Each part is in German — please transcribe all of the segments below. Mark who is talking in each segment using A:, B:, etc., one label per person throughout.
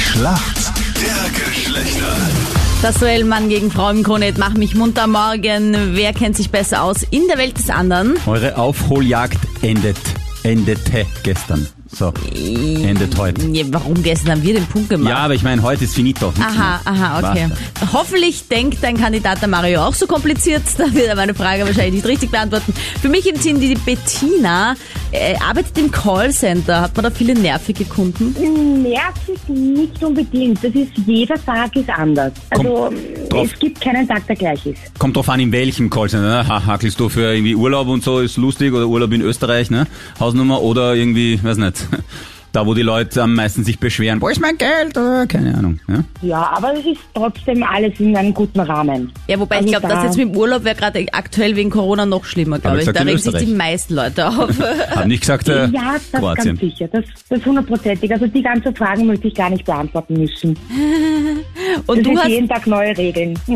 A: Schlacht der Geschlechter.
B: Das Duell Mann gegen Frau im Kronet macht mich munter morgen. Wer kennt sich besser aus in der Welt des anderen?
C: Eure Aufholjagd endet. Endete gestern. So. Endet heute.
B: Ja, Warum gestern haben wir den Punkt gemacht?
C: Ja, aber ich meine, heute ist finito. Nichts
B: Aha,
C: mehr.
B: aha, okay.
C: Basta.
B: Hoffentlich denkt dein Kandidat der Mario auch so kompliziert, da wird er meine Frage wahrscheinlich nicht richtig beantworten. Für mich im Sinn, die Bettina äh, arbeitet im Callcenter. Hat man da viele nervige Kunden?
D: Nervig nicht unbedingt. Das ist, jeder Tag ist anders. Also
C: Kommt drauf.
D: es gibt keinen Tag, der gleich ist.
C: Kommt drauf an, in welchem Callcenter. Ne? Ha, hakelst du für irgendwie Urlaub und so, ist lustig, oder Urlaub in Österreich, ne? Hausnummer, oder irgendwie, weiß nicht, da wo die Leute am meisten sich beschweren. Wo ist mein Geld? Äh, Keine Ahnung. Ja?
D: Ja, aber es ist trotzdem alles in einem guten Rahmen.
B: Ja, wobei ich
D: Also
B: glaube, das
D: da-
B: jetzt mit dem Urlaub wäre gerade aktuell wegen Corona noch schlimmer,
C: Aber
B: glaube ich.
C: gesagt,
B: Da
C: in
B: regen sich die
C: Österreich.
B: meisten Leute auf.
C: Hab nicht gesagt, äh,
D: ja, das
C: Kroatien.
D: ganz sicher. Das, das hundertprozentig. Also die ganze Frage möchte ich gar nicht beantworten müssen.
B: Und
D: das
B: du
D: ist
B: hast
D: jeden Tag neue Regeln.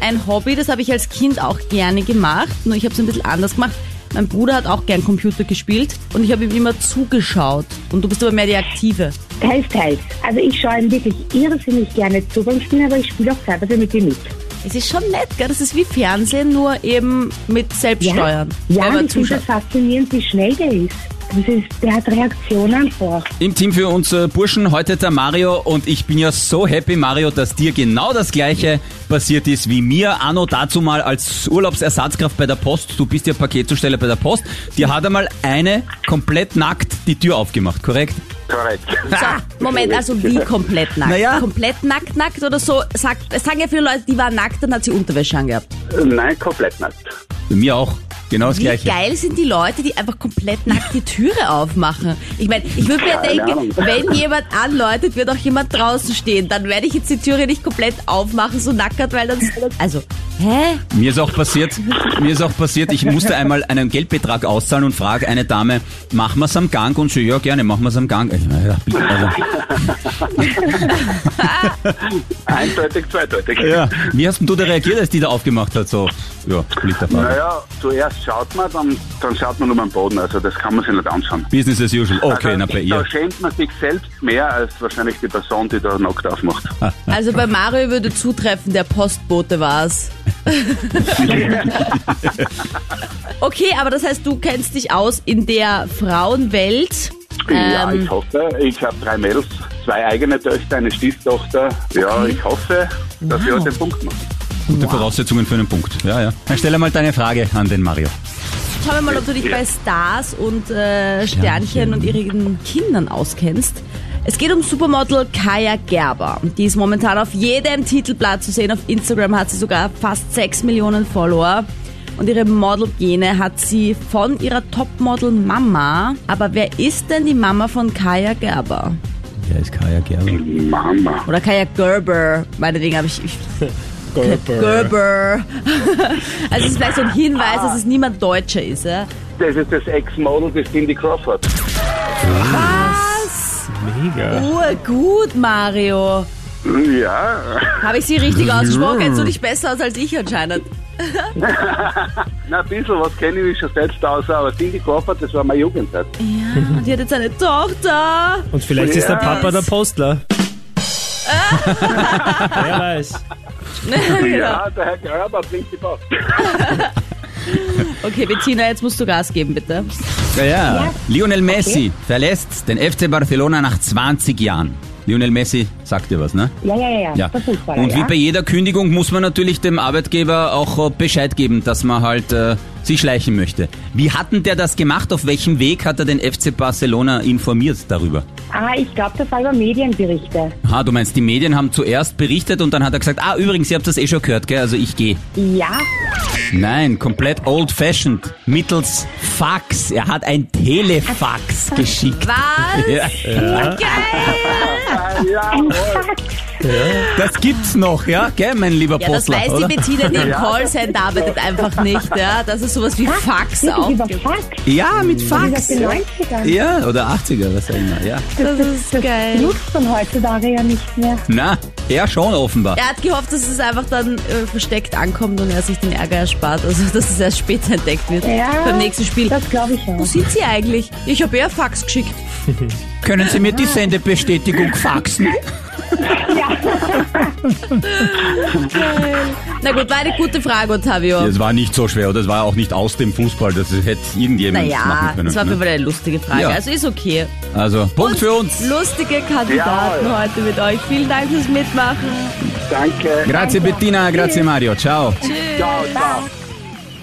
B: ein Hobby, das habe ich als Kind auch gerne gemacht, nur ich habe es ein bisschen anders gemacht. Mein Bruder hat auch gern Computer gespielt und ich habe ihm immer zugeschaut. Und du bist aber mehr die Aktive.
D: Teils, teils. Also ich schaue ihm wirklich irrsinnig gerne zu beim Spielen, aber ich spiele auch teilweise mit ihm mit.
B: Es ist schon nett, gell? Das ist wie Fernsehen, nur eben mit Selbststeuern.
D: Ja,
B: wenn
D: ja
B: man
D: ich finde das
B: zuschaut.
D: faszinierend, wie schnell der ist. Das ist der hat Reaktionen vor.
C: Im Team für uns äh, Burschen heute der Mario und ich bin ja so happy, Mario, dass dir genau das gleiche passiert ist wie mir. Anno dazu mal als Urlaubsersatzkraft bei der Post. Du bist ja Paketzusteller bei der Post. Dir hat einmal eine komplett nackt die Tür aufgemacht, korrekt?
E: Korrekt.
D: Ah,
B: So, Moment, also wie komplett nackt?
C: Naja.
B: Komplett nackt, nackt oder so? Sagt, es sagen ja viele Leute, die war nackt, dann hat sie Unterwäsche angehabt.
E: Nein, komplett nackt.
C: Bei mir auch. Genau das
B: Wie
C: gleiche.
B: geil sind die Leute, die einfach komplett nackt die Türe aufmachen? Ich meine, ich würde mir
E: Keine
B: denken,
E: Ahnung.
B: wenn jemand anläutet, wird auch jemand draußen stehen. Dann werde ich jetzt die Türe nicht komplett aufmachen, so nackert, weil dann... Also, hä?
C: Mir ist auch passiert, mir ist auch passiert, ich musste einmal einen Geldbetrag auszahlen und frage eine Dame, machen wir's am Gang? Und sie, ja gerne, machen wir's am Gang. Ich meine, ja, bitte, Also,
E: Eindeutig, zweideutig.
C: ja. Wie hast denn du da reagiert, als die da aufgemacht hat? So, ja, blitter Frage.
E: Naja, zuerst schaut man, dann, dann schaut man um den Boden. Also das kann man sich nicht anschauen.
C: Business as usual. Okay,
E: also,
C: na bei ihr.
E: Da schämt man sich selbst mehr als wahrscheinlich die Person, die da nackt aufmacht.
C: Ah.
B: Also bei Mario würde zutreffen, der Postbote war's. okay, aber das heißt, du kennst dich aus in der Frauenwelt.
E: ja,
B: Ähm.
E: ich hoffe, ich habe drei Mädels, zwei eigene Töchter, eine Stieftochter. Ja, ich hoffe, dass wir den Punkt machen.
C: Gute Voraussetzungen für einen Punkt. Ja, ja. Dann stell einmal deine Frage an den Mario.
B: Schauen wir mal, ob du dich bei Stars und äh, Sternchen und ihren Kindern auskennst. Es geht um Supermodel Kaya Gerber. Die ist momentan auf jedem Titelblatt zu sehen. Auf Instagram hat sie sogar fast 6 Millionen Follower. Und ihre Modelgene hat sie von ihrer Topmodel-Mama. Aber wer ist denn die Mama von Kaya Gerber?
C: Ja, ist Kaya Gerber.
E: Mama.
B: Oder Kaya Gerber. Meinetwegen habe ich... ich Gerber. Gerber. also es ist vielleicht so ein Hinweis, dass es niemand Deutscher ist. Ja?
E: Das ist das Ex-Model, das Cindy Crawford.
B: Was? Mega. Urgut, Mario.
E: Ja,
B: Habe ich sie richtig ausgesprochen? Kennst du dich besser aus als ich anscheinend?
E: na ein bisschen was kenne ich mich schon selbst aus, aber Cindy Crawford, das war meine Jugendzeit.
B: Ja, und die hat jetzt eine Tochter.
F: Und vielleicht ist der
E: Yes.
F: Papa der Postler. Wer weiß.
E: Ja, der Herr Gerber bringt die Post.
B: Okay, Bettina, jetzt musst du Gas geben, bitte.
C: Ja, ja. Lionel Messi verlässt den FC Barcelona nach 20 Jahren. Lionel Messi sagt dir was, ne?
D: Ja, ja, ja, ja. Der Fußballer,
C: Und wie
D: ja.
C: bei jeder Kündigung muss man natürlich dem Arbeitgeber auch äh, Bescheid geben, dass man halt äh, sich schleichen möchte. Wie hat denn der das gemacht? Auf welchem Weg hat er den FC Barcelona informiert darüber?
D: Ah, ich glaube, das war über Medienberichte.
C: Ah, du meinst, die Medien haben zuerst berichtet und dann hat er gesagt, ah, übrigens, ihr habt das eh schon gehört, gell? Also ich gehe.
D: Ja,
C: Nein, komplett old-fashioned. Mittels Fax. Er hat ein Telefax geschickt.
B: Was?
C: Ja,
B: Geil!
E: Ja,
D: ein Fax.
C: das gibt's noch, ja? Gell, mein lieber
B: Ja, das
C: Postler,
B: weiß
C: oder?
B: die Bettina, die im Callcenter arbeitet einfach nicht, ja. Das ist sowas wie Fax auch.
D: Wirklich über Fax.
C: Ja, mit
D: Das ist
C: Fax.
D: aus den 90ern.
C: Ja, oder 80er, was auch immer, ja.
B: Das ist
D: Das
B: geil.
D: nutzt man heutzutage ja nicht mehr.
C: Na, er schon offenbar.
B: Er hat gehofft, dass es einfach dann äh, versteckt ankommt und er sich den Ärger erspart. Also, dass es erst später entdeckt wird.
D: Ja,
B: beim nächsten Spiel.
D: Das glaube ich
B: Wo
D: auch.
B: sind sie eigentlich? Ich habe ihr Fax geschickt.
C: Können Sie mir die Sendebestätigung faxen?
B: Na gut, war eine gute Frage, Ottavio.
C: Das war nicht so schwer, oder? Das war auch nicht aus dem Fußball, das hätte irgendjemand
B: Naja,
C: machen können.
B: das war auf jeden
C: ne?
B: Fall eine lustige Frage.
C: Ja.
B: Also ist okay.
C: Also, Punkt für uns.
B: Lustige Kandidaten
E: Jawohl.
B: heute mit euch. Vielen Dank fürs Mitmachen.
E: Danke.
C: Grazie Bettina, grazie Mario, ciao.
E: Ciao, ciao.